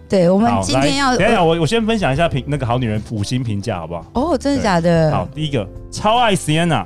对我们好，今天要来等一下，我我先分享一下评那个好女人五星评价好不好？哦，真的假的？好，第一个超爱 Sienna，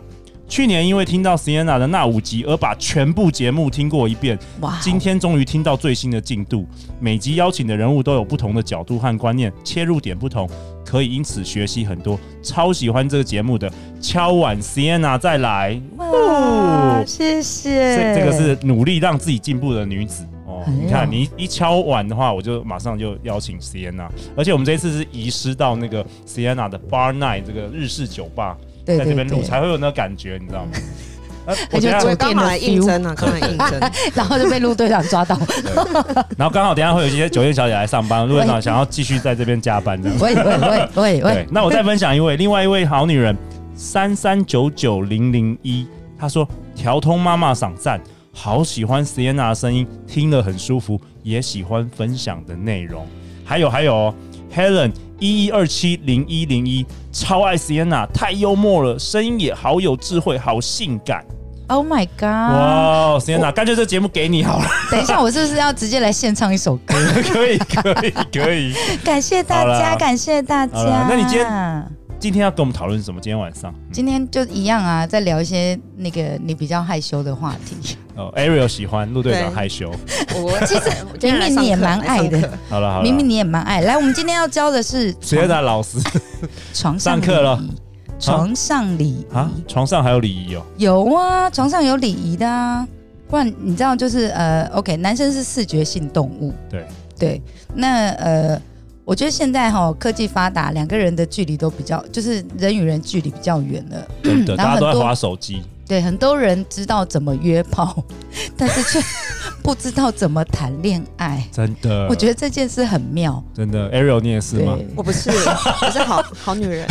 去年因为听到 Sienna 的那五集而把全部节目听过一遍，哇今天终于听到最新的进度。每集邀请的人物都有不同的角度和观念，切入点不同，可以因此学习很多。超喜欢这个节目的，敲碗 Sienna 再来，哇，谢谢。这这个是努力让自己进步的女子哦。哎呀你看，你一一敲碗的话，我就马上就邀请 Sienna，而且我们这一次是遗失到那个 Sienna 的 Bar Night 这个日式酒吧，对在这边对录对，才会有那感觉，你知 道吗？啊而我且等一下我酒也店刚的好来 feel 应征啊，刚好来应征。然后就被陆队长 抓到，然后刚好等一下会有一些酒店小姐来上班，如果想想要继续在这边加班这样。喂喂喂喂对喂，，那我再分享一位，另外一位好女人三三九九零零一，她说调通妈妈赏赞，好喜欢 Sienna 的声音，听了很舒服，也喜欢分享的内容。还有还有、哦、，Helen 一一二七零一零一，超爱 Sienna，太幽默了，声音也好有智慧，好性感。 ，Oh my god！哇，Sienna，干脆这节目给你好 了，等一下，我是不是要直接来献唱一首 歌？可以可以可以。感谢大好啦家，感谢大好啦家。那你今今天要跟我们讨论什么？今天晚上，嗯今天就一样啊，再聊一些那个你比较害羞的话题。哦，Ariel 喜欢，陆队长对害羞。 我其实今天来明明你也上课蛮来爱上的课好了好了，明明你也蛮爱。来，我们今天要教的是谁床的老师床上上课了礼仪，床上礼仪啊？床上还有礼 仪哦。有啊，床上有礼仪的啊。不然你知道就是呃，OK，男生是视觉性动物，对对。那呃，我觉得现在哈、科技发达，两个人的距离都比较，就是人与人距离比较远了。真的，然大家后很多都在划手机。对，很多人知道怎么约炮， 但是 却不知道怎么谈恋爱。真的，我觉得得这件事很妙，真的，Ariel 你也呃是对，吗？我不是，我是好好女人。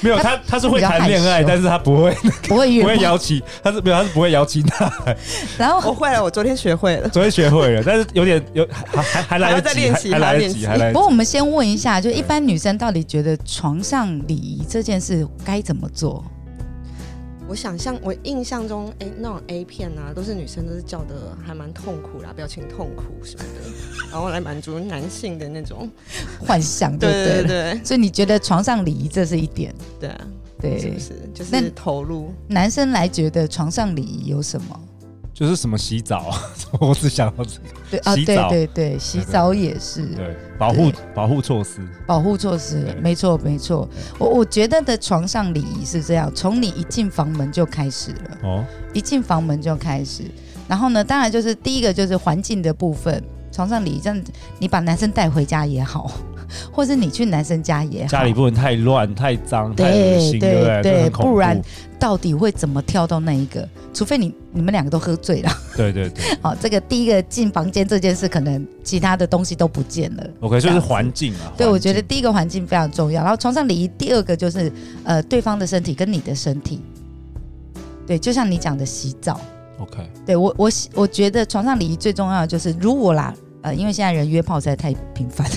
没有，他他他是会比较害谈恋爱，羞但是他不会不会不会约炮。摇旗，他是没有，他是不会摇旗的。然后 我会了，我昨天学会了。昨天学会了，但是有点有还还还来还要得再及，练习还还来还要得练及，习还来不得过及。我们先问一下，就一般女生到底觉得床上礼仪这件事该怎么做？我想象，我印象中，哎、那种 A 片啊，都是女生都是叫的还蛮痛苦啦，表情痛苦什么的，然后来满足男性的那种。幻想就对对对了。对对所以你觉得床上礼仪这是一点？对啊，对，是不是？就那是投入。男生来觉得床上礼仪有什么？就是什么洗澡，啊 我只想到这个。对啊，洗对澡对对，洗澡也是对，保护保护措施， 保护措施对，没错没错。我我觉得的床上礼仪是这样，从你一进房门就开始了，哦，一进房门就开始。然后呢，当然就是第一个就是环境的部分，床上礼仪，这样你把男生带回家也好， 或是你去男生家也好，家里不能太乱、太脏、哎对太恶心，对对不对？对这很恐怖不然到底会怎么跳到那一个？除非你你们两个都喝醉了， 对对对好，这个第一个进房间这件事，可能其他的东西都不见了。 ，OK，就这是样子环境啊。对，环我觉得境第一个环境非常重要，然后床上礼仪第二个就是呃对方的身体跟你的身体，对，就像你讲的洗澡， OK，对我我喜我觉得床上礼仪最重要的就是如果啦，呃，因为现在人约炮实在太频繁了，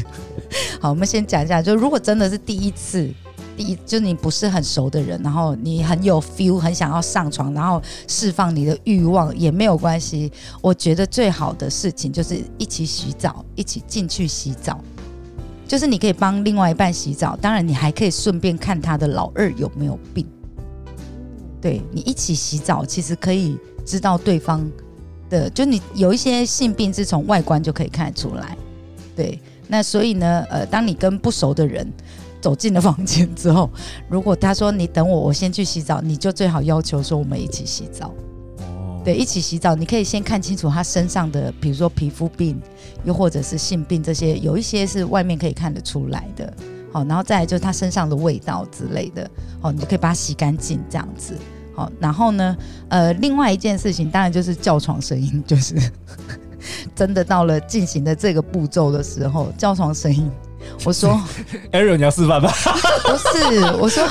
好，我们先讲一下，就如果真的是第一次。第一，就你不是很熟的人，然后你很有 feel，很想要上床，然后释放你的欲望也没有关系。我觉得最好的事情就是一起洗澡，一起进去洗澡，就是你可以帮另外一半洗澡，当然你还可以顺便看他的老二有没有病。对你一起洗澡，其实可以知道对方的，就你有一些性病是从外观就可以看得出来。对，那所以呢，呃，当你跟不熟的人走进了房间之后，如果他说你等我，我先去洗澡，你就最好要求说我们一起洗澡。哦，对，一起洗澡，你可以先看清楚他身上的，比如说皮肤病，又或者是性病这些，有一些是外面可以看得出来的。好，然后再来就是他身上的味道之类的，好，你就可以把它洗干净这样子。好，然后呢，呃，另外一件事情当然就是叫床声音，就是 真的到了进行的这个步骤的时候，叫床声音，我说，Aaron 你要示范吧不是，我说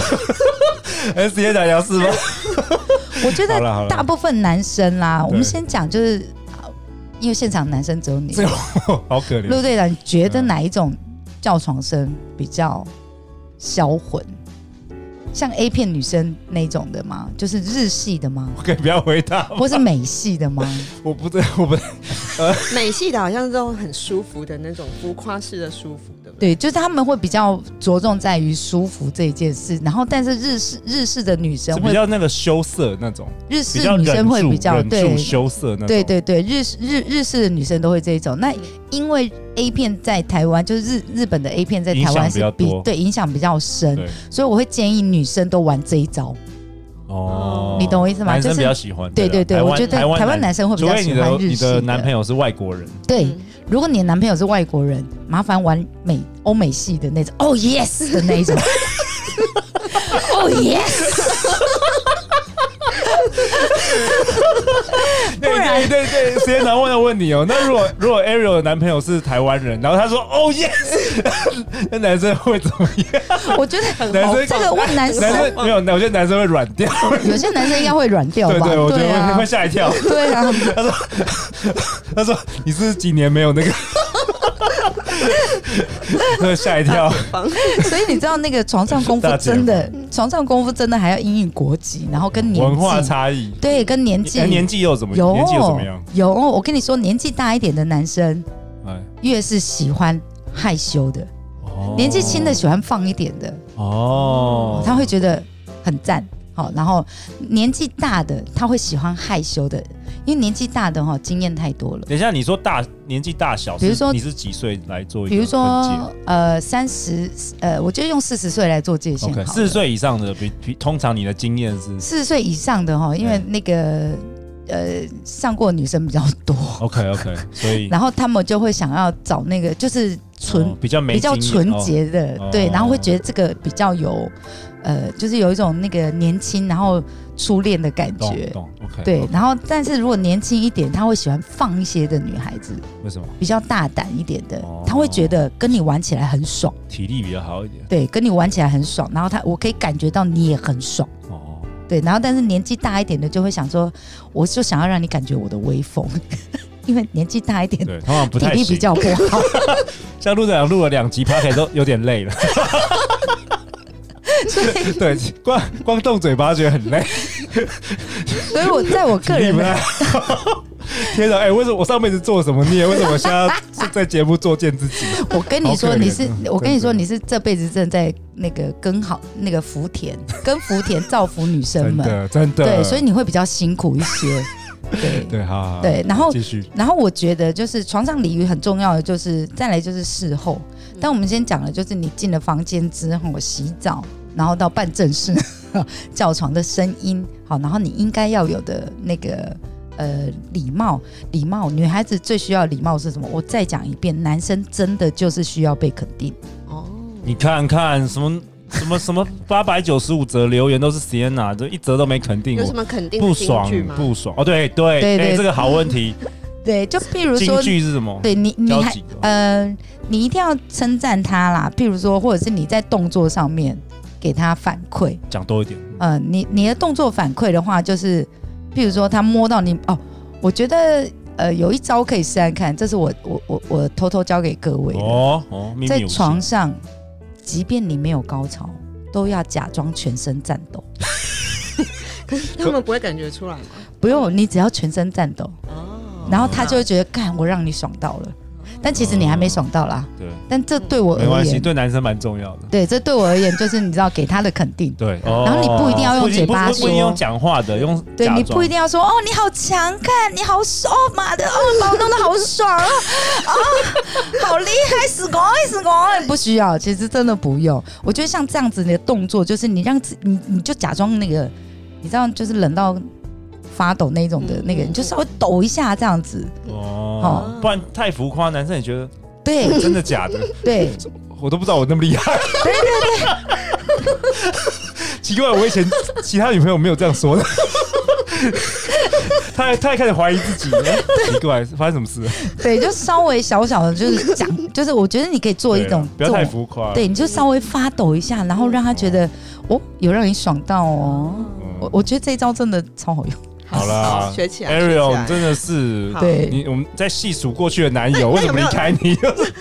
，S 爷你要示范。我觉好得了好大了，部分男生啦，我们对先讲就是，啊因为现场男生只有你只，有好可怜。陆队长，你觉得嗯哪一种叫床声比较销魂？像 A 片女生那种的吗？就是日系的吗？ OK，不要回答，或是美系 的吗？我不对，我不美系的好像是都很舒服的那种浮夸式的舒服，对不对？对，就是他们会比较着重在于舒服这一件事，然后但是日式日式的女生是比会，较那个羞涩那种，日比式较女忍生会住，比较忍对住羞涩那种。嗯对对对，日式日日式的女生都会这一种。那因为 A 片在台湾，就是日日本的 A 片在影台响湾比较是比多对影响比较深，对所以我会建议女生都玩这一招，哦，你懂我意思吗？男就生是比较喜欢，对对啦对，台湾我觉得台台湾男生会比除较非你喜的欢日你系的的男朋友是外国人，对，嗯如果你的男朋友是外国人，麻烦玩美欧美系的那种，哦、yes 的那 一种。哦、yes，对对对对，时间难忘要问你哦。那如果如果 Ariel 的男朋友是台湾人，然后他说哦 yes，那男生会怎么样？ 我觉得男生这个问男生，男生没有，我觉得男生会软掉。 有些男生应该会软掉对吧？对，我觉得会会啊，吓一跳。对啊，他说他说你是不是几年没有那 个，会吓一跳。 所以你知道那个床上功夫大姐真的，床上功夫真的还要因应国籍，然后跟年纪，文化差异，对，跟年纪哎年纪又怎么有年纪又怎么样？有，我跟你说，年纪大一点的男生哎，越是喜欢害羞的，哦年纪轻的喜欢放一点的。哦，他会觉得很赞。好，然后年纪大的他会喜欢害羞的，因为年纪大的哈、经验太多了。等一下，你说大年纪大小是，比如说你是几岁来做一个比如分说界，呃，三十，呃，我就用四十岁来做界限，OK，好了。四十岁以上的，比比通常你的经验是四十岁以上的哈、因哎为那个呃，上过女生比较多， OK OK，所以然后他们就会想要找那个就是纯、哦比较没比较经验纯，洁的，哦对，然后会觉得这个比较有，呃，就是有一种那个年轻然后初恋的感哦觉懂。懂 OK，对， OK，然后但是如果年轻一点，他会喜欢放一些的女孩子，为什么比较大胆一点的哦，他会觉得跟你玩起来很爽，体力比较好一点？对，跟你玩起来很爽，然后他我可以感觉到你也很爽，哦，对，然后但是年纪大一点的就会想说，我就想要让你感觉我的威风， 因为年纪大一点。对，通常不体太力比行。较不 好，像陆队长录了两集 p o c a s t 都有点累了， 所以对，光光动嘴巴觉得很累，所以我在我体个力人不的太好。 天哪，哎、为什么我上辈子做了什么孽？为什么现在在在节目作践自 己？我跟你好说，可怜你是啊我跟你说，真的你是这辈子正在那个跟好那个福田，跟福田造福女生真们。的，真的， 对，所以你会比较辛苦一些。对对，好好好对，然后继续，然后我觉得就是床上礼仪很重要的，就是再来就是事后。但我们先讲的就是你进了房间之后洗澡，然后到办正事、 叫床的声音，好，然后你应该要有的那个呃礼貌，礼貌，女孩子最需要礼貌是什么？我再讲一遍，男生真的就是需要被肯定。哦，你看看什么什么什么八百九十五则留言都是 Sienna，这一则都没肯定有什我，么肯定的不金爽句吗？不爽哦，对对对哎对这个好问题，对，就譬 如金说，句是什么？对你，你交还集哦呃，你一定要称赞他啦，譬如说，或者是你在动作上面给他反馈。讲多一点，呃，你你的动作反馈的话，就是譬如说他摸到你哦，我觉得呃有一招可以试看看，这是我我我我偷偷教给各位的，哦哦，秘密呃在武器床上，即便你没有高潮，都要假装全身战斗，可是他们不会感觉出来吗？不用你只要全身战斗，哦然后他就会觉得，干我让你爽到了，但其实你还没爽到啦，对，但这对我没而关系，言，对男生蛮重要的。对这对我而言就是你知道给他的肯定。对，然后你不一定要用哦不一定嘴巴不不一定说用讲话的，用对假你装不一定要说哦，你好强，看你好爽，妈 的，哦，把我弄得好爽啊，哦，好厉害，哎死光死光，不需要，其实真的不用。我觉得像这样子的动作，就是你让自你你就假装那个，你知道，就是冷到发抖那种的那个，嗯你就稍微抖一下这 样子，哦，不然太浮夸，男生也 觉得哦对真的假的，对，我都不知道我那么厉害。 奇怪，我以前其他女朋友没有这样说 的。他他也开始怀疑自己了，奇怪，发生什么事了？对，就稍微小小的，就是讲，就是我觉得你可以做一对种啊 不要这太种浮夸。对，你就稍微发抖一下，然后让他觉得哦，有让你爽到哦。嗯，我我觉得这一招真的超好用。好啦学起来学起，Ariel 来真的是好对你，我们在细数过去的男友 那为什么离那有没有开你。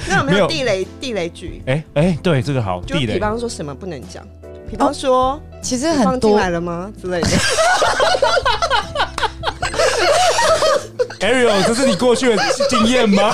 那有没没有有地雷地雷剧？哎哎，对，这个好，就地比雷。方说什么不能讲，比方说其实你哦很放进多来了吗之类 的。 Ariel，这是你过去的经验吗？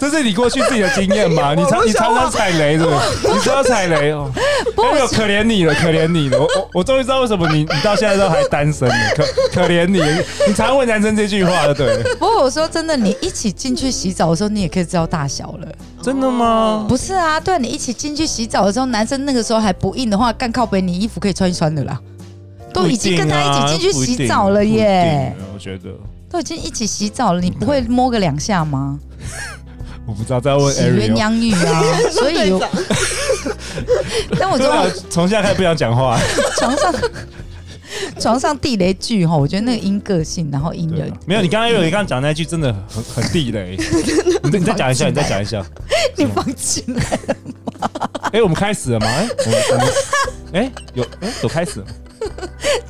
这是你过去自己的经验吗？你常你常常踩雷的， 你知道踩雷哦。Ariel，可怜你了，可怜你了。我我我终于知道为什么你你到现在都还单身了，可可怜你。你常问男生这句话，对了，不过我说真的，你一起进去洗澡的时候，你也可以知道大小了。嗯真的吗？不是啊，对啊，你一起进去洗澡的时候，男生那个时候还不硬的话，干靠北，你衣服可以穿一穿的啦。都已经跟他一起进去洗澡了耶，啊不一定啊。我觉得，都已经一起洗澡了，你不会摸个两下吗？我不知道在问洗鸳 Ariel。鸯浴啊， 所以有，但我对觉啊得，从现在开始不想讲话。床上床上地雷剧哈，我觉得那个因个性，然后因对人啊，没有，你刚刚 Ariel 刚刚讲那句真的很很地雷。你再你再讲一下，你再讲一下。 你放进来。哎、我们开始了吗？哎、我们我们哎、有哎、有开始了，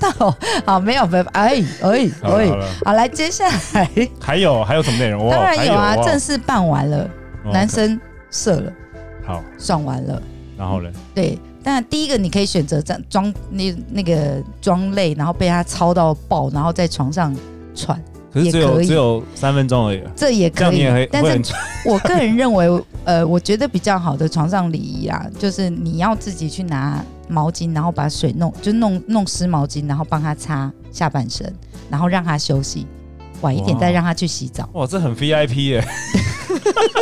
到哦好，没有，没有，哎哎好了哎好了，好来，接下来还有还有什么内容？ 哇当然还有啊，哇正事办完了，哦男生射了，好，爽完了，然后呢？对。但第一个你可以选择这样装那那个装累，然后被他操到爆，然后在床上喘，可是只有也可以只有三分钟而已，啊这也这可样你也以会。但会是很我个人认为， 呃，我觉得比较好的床上礼仪啊，就是你要自己去拿毛巾，然后把水弄就弄弄湿毛巾，然后帮他擦下半身，然后让他休息，晚一点哇再让他去洗澡。哇，这很 VIP 耶、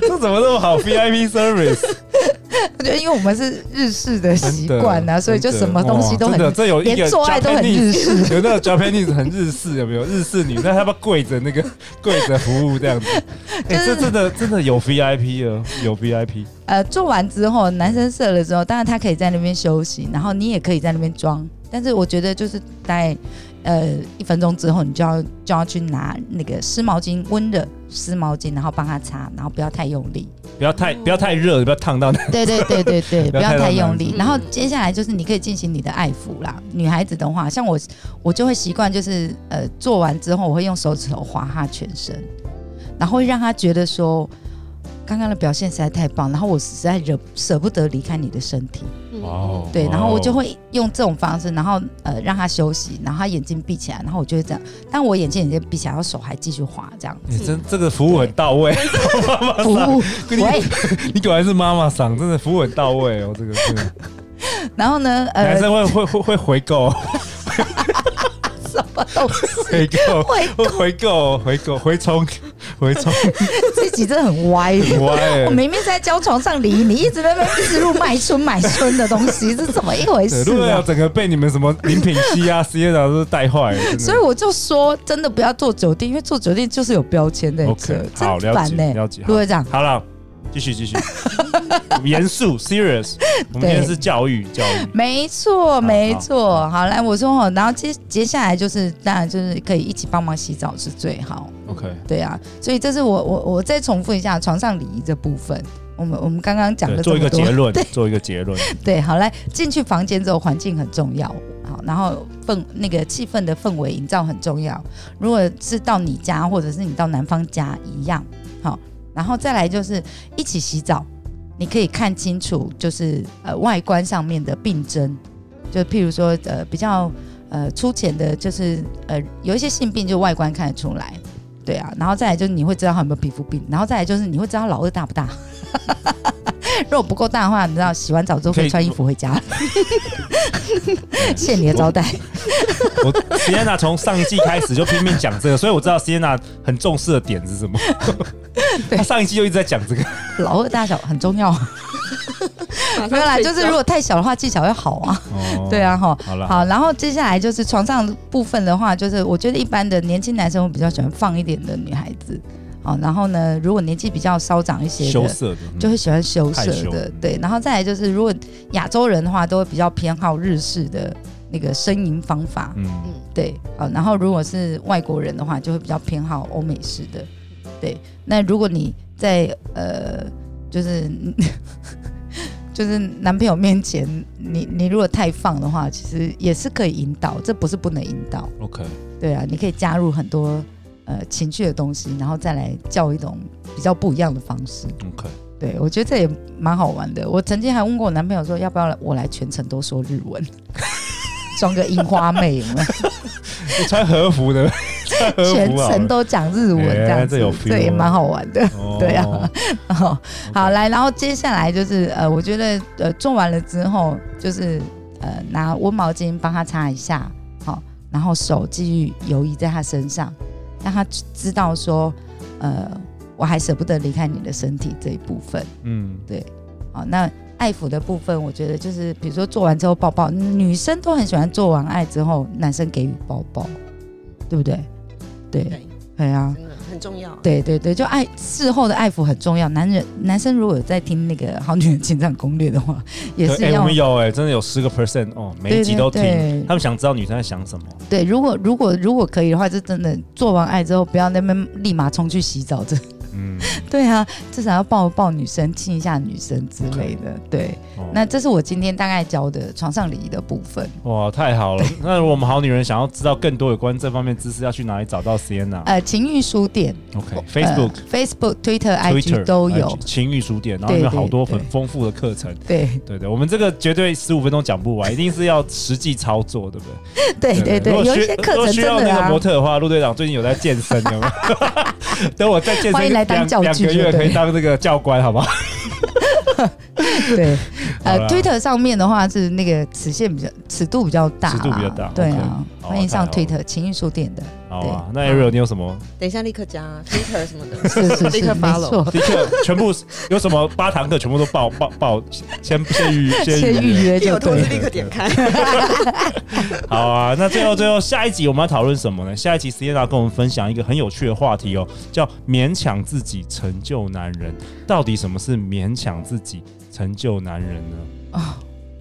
这怎么那么好 VIP service？我觉得因为我们是日式的 习惯真啊，的所以就真的什么东西都哇真的很，这有一个连做爱都很 Japanese- 日式。有那个 Japanese 很日式，有没有日式女？那他们跪着那个跪着服务这样子， 哎、就是这真的真的有 VIP 了，哦有 VIP。呃，做完之后，男生射了之后，当然他可以在那边休息，然后你也可以在那边装。但是我觉得就是在呃一分钟之后，你就要就要去拿那个湿毛巾，温的湿毛巾，然后帮他擦，然后不要太用力。不要嗯太不要太热，不要烫到。 对对对对对，不不要太要太浪用漫力。然后接下来就是你可以进行你的爱抚啦。女孩子的话，像我，我就会习惯就是呃，做完之后我会用手指头划她全身，然后会让她觉得说刚刚的表现实在太棒，然后我实在惹舍不得离开你的身体。哇哦，嗯对，然后我就会。。会用这种方式，然后呃让她休息，然后她眼睛闭起来，然后我就会这样，但我眼睛已经闭起来，然后手还继续划这样 你真这个服务很到位，妈妈服桑，务跟你 喂， 你果然是妈妈桑，真的服务很到位哦。这个这个 然后呢，呃男，生会会会会回购，么东西？ 回购，喂，回购，回购，回冲，回冲，这集真的很歪。很歪欸我明明是在教床上礼仪，你一直在那边一直录卖春买春的东西，是怎么一回对事如果要啊？整个被你们什么林品熙啊、实验长都带坏了，真的所以我就说，真的不要做酒店，因为做酒店就是有标签的，这 OK，好，真了烦欸啊解，呢。了解。好陆会长，好了，继续继 续，严肃 serious，我们今天是教育教 育，没错，没错。好，来，我说哦，然后接接下来就是，当然就是可以一起帮忙洗澡是最好。 OK，对啊，所以这是我我我再重复一下床上礼仪这部分。我们我们刚刚讲对了这做一么个多结，论，做一个结论。对，好来进去房间之后环境很重要，好，然后氛那个气氛的氛围营造很重要。如果是到你家或者是你到男方家一样，好，然后再来就是一起洗澡，你可以看清楚就是呃外观上面的病征，就譬如说呃比较呃粗浅的，就是呃有一些性病就外观看得出来。对啊，然后再来就是你会知道他有没有皮肤病，然后再来就是你会知道老二大不 大。如果不够大的话，你知道洗完澡之后可可以以穿衣服回家 了。谢谢你的招待。我 Sienna 从上一季开始就拼命讲这个，所以我知道 Sienna 很重视的点是什么。 对他上一季就一直在讲这个，老二大小很重要， 没 有啦，就是如果太小的话，技巧要好 啊。哦 对，啊，哈。好了，好，然后接下来就是床上部分的话，就是我觉得一般的年轻男生会比较喜欢放一点的女孩子。好，然后呢，如果年纪比较稍长一些的，羞涩的，就会喜欢羞涩害羞的，对。然后再来就是，如果亚洲人的话，都会比较偏好日式的那个呻吟方法，嗯，对，好。然后如果是外国人的话，就会比较偏好欧美式的，对。那如果你在呃，就是 就是男朋友面前，你你如果太放的话，其实也是可以引导，这不是不能引导， OK，对啊，你可以加入很多呃情绪的东西，然后再来教一种比较不一样的方式。 OK 对，我觉得这也蛮好玩的。我曾经还问过我男朋友说，要不要我来全程都说日文，装个樱花妹有没有，你穿和服 的，穿和全服啊，程都讲日文哎这样子，这有 feel 也蛮好玩的。 哦对啊，好，好来，然后接下来就是呃，我觉得呃做完了之后，就是呃拿温毛巾帮他擦一下，好，然后手继续游移在他身上，让他知道说，呃，我还舍不得离开你的身体这一部分。嗯，好，那爱抚的部分，我觉得就是比如说做完之后抱抱，女生都很喜欢做完爱之后男生给予抱抱，对不对？对，对对啊，真的嗯很重要。对对对，就爱事后的爱抚很重要。男人男生如果有在听那个《好女人情场攻略》的话，也对。是哎，我要们有哎，真的有十个 percent 哦，每一集都对听对，他们想知道女生在想什么。对。如果如果如果可以的话，就真的做完爱之后，不要那边立马冲去洗 澡，这嗯，对啊，至少要抱抱女生，亲一下女生之类的。对，哦那这是我今天大概教的床上礼仪的部分。哇，太好 了！那如果我们好女人想要知道更多有关这方面知识，要去哪里找到 Sienna？OK，Facebook、呃，情欲书店。 Facebook 呃、Facebook、Twitter、 Twitter IG 都有 IG。情欲书店，然后有对对好多很对丰富的课程。对 对对，我们这个绝对十五分钟讲不完，一定是要实际操作，对不对？对 对如对，果有一需些如课果程需真要的那个啊模，特的话，陆队长最近有在健身，有没有？等我再健 欢身迎来当两教两具个月，就对可以当这个教官，好不 好？对。好呃啦，Twitter 上面的话是那个尺线比较尺度比较大啦，尺度比较大对啊， OK 欢迎上好太好 Twitter 情欲书店 的，好啊，那对 Ariel 你有什 么？等一下立刻加 Twitter 什么的，是是立是，刻没 follow。错，立刻全部有什么八堂课全部都报报报，先先预先先预。约一就有通对知了。立刻点开。好啊，那最后最后下一集我们要讨论什么呢？下一集 Sienna 跟我们分享一个很有趣的话题哦，叫勉强自己成就男人。到底什么是勉强自己成就男人呢？哦，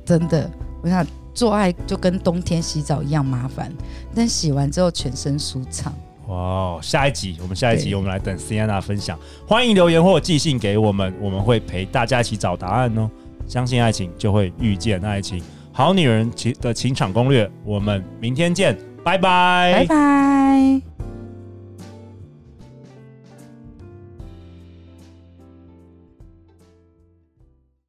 真的，我想做爱就跟冬天洗澡一样麻烦，但洗完之后全身舒畅。哇哦，下一集我们下一集对我们来等 Sienna 分享，欢迎留言或寄信给我们，我们会陪大家一起找答案哦。相信爱情，就会遇见爱情。好女人情的情场攻略，我们明天见，拜拜拜拜。